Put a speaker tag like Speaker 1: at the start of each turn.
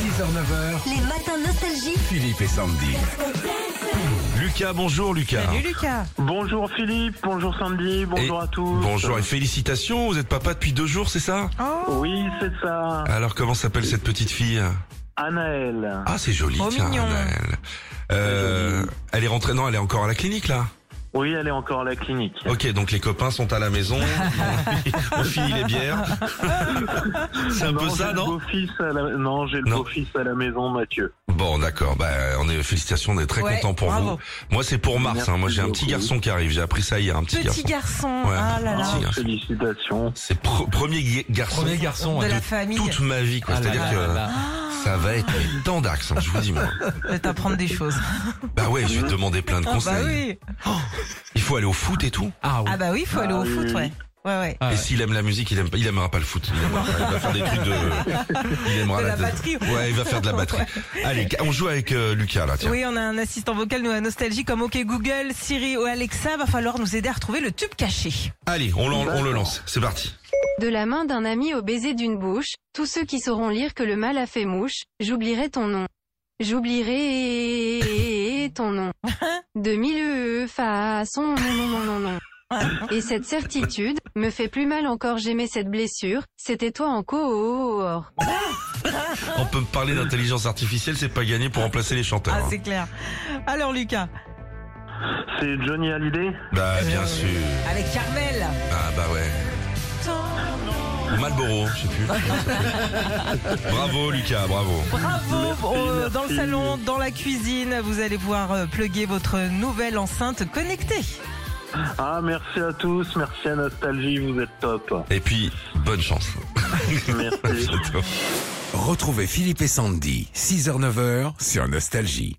Speaker 1: 6h-9h,
Speaker 2: Les matins nostalgiques.
Speaker 1: Philippe et Sandy.
Speaker 3: Lucas, bonjour Lucas.
Speaker 4: Salut Lucas.
Speaker 5: Bonjour Philippe, bonjour Sandy, bonjour
Speaker 3: Et-
Speaker 5: à tous.
Speaker 3: Bonjour et félicitations, vous êtes papa depuis deux jours, c'est ça
Speaker 4: Oh,
Speaker 5: Oui, c'est ça.
Speaker 3: Alors comment s'appelle cette petite fille
Speaker 5: Anaël.
Speaker 3: Ah c'est joli,
Speaker 4: Oh,
Speaker 3: tiens.
Speaker 4: mignon.
Speaker 3: Anaël. Euh, elle est rentrée, non, elle est encore à la clinique là.
Speaker 5: Oui, elle est encore à la clinique.
Speaker 3: Ok, donc les copains sont à la maison, on finit les bières. c'est un peu
Speaker 5: Non,
Speaker 3: ça,
Speaker 5: j'ai
Speaker 3: non
Speaker 5: le beau-fils à la- Non, j'ai le
Speaker 3: Non.
Speaker 5: beau-fils à la maison, Mathieu.
Speaker 3: Bon, d'accord. Bah, on est félicitations, on est très
Speaker 4: Ouais,
Speaker 3: contents pour
Speaker 4: bravo.
Speaker 3: vous. Moi, c'est pour Mars.
Speaker 5: Merci
Speaker 3: hein. Moi, j'ai un petit
Speaker 5: beaucoup.
Speaker 3: garçon qui arrive. J'ai appris ça hier, un petit,
Speaker 4: petit
Speaker 3: garçon.
Speaker 4: garçon.
Speaker 3: Ouais,
Speaker 4: ah là là.
Speaker 3: petit garçon.
Speaker 5: Félicitations.
Speaker 3: C'est pro- premier gui- garçon
Speaker 6: Premier garçon,
Speaker 4: De
Speaker 6: ouais.
Speaker 4: la famille.
Speaker 3: toute ma vie, quoi.
Speaker 6: Ah là
Speaker 3: C'est-à-dire
Speaker 6: là
Speaker 3: que
Speaker 6: là là.
Speaker 3: ça va être mais, tant d'axes, hein, je vous dis moi.
Speaker 4: Peut-être apprendre des choses.
Speaker 3: Bah ouais, je vais te demander plein de
Speaker 4: Ah bah
Speaker 3: conseils.
Speaker 4: oui.
Speaker 3: Il faut aller au foot et tout.
Speaker 6: Ah oui.
Speaker 4: Ah bah oui, faut aller au
Speaker 5: Ah oui,
Speaker 4: foot,
Speaker 5: oui.
Speaker 4: ouais. Ouais, ouais.
Speaker 6: Ah
Speaker 3: Et
Speaker 6: ouais.
Speaker 3: s'il aime la musique, il, aime, il aimera pas le foot. Il, aimera pas. Il va faire des trucs de. Il aimera
Speaker 4: De la batterie.
Speaker 3: Ouais, il va faire de la batterie. Allez, on joue avec euh, Lucas là. Tiens.
Speaker 4: Oui, on a un assistant vocal, nous, à Nostalgie, comme OK Google, Siri ou Alexa. Va falloir nous aider à retrouver le tube caché.
Speaker 3: Allez, on, l'en- on le lance. C'est parti.
Speaker 2: De la main d'un ami au baiser d'une bouche, tous ceux qui sauront lire que le mal a fait mouche, j'oublierai ton nom. J'oublierai ton nom. De mille façons, non, non, non, non, non.
Speaker 4: Ah,
Speaker 2: Et cette certitude me fait plus mal encore. J'aimais cette blessure. C'était toi en cohorte.
Speaker 3: On peut me parler d'intelligence artificielle, c'est pas gagné pour remplacer les chanteurs.
Speaker 4: Ah,
Speaker 3: hein.
Speaker 4: c'est clair. Alors, Lucas,
Speaker 5: C'est Johnny Hallyday
Speaker 3: Bah bien
Speaker 4: Euh,
Speaker 3: sûr.
Speaker 4: avec Carmel.
Speaker 3: Ah bah ouais. Ou Marlboro, je sais plus. bravo Lucas, bravo.
Speaker 4: Bravo euh, dans le
Speaker 5: merci.
Speaker 4: salon, dans la cuisine, vous allez pouvoir euh, plugger votre nouvelle enceinte connectée.
Speaker 5: Ah, merci à tous, merci à Nostalgie, vous êtes top.
Speaker 3: Et puis bonne chance.
Speaker 5: Merci.
Speaker 3: Bientôt.
Speaker 1: Retrouvez Philippe et Sandy, 6h-9h, sur Nostalgie.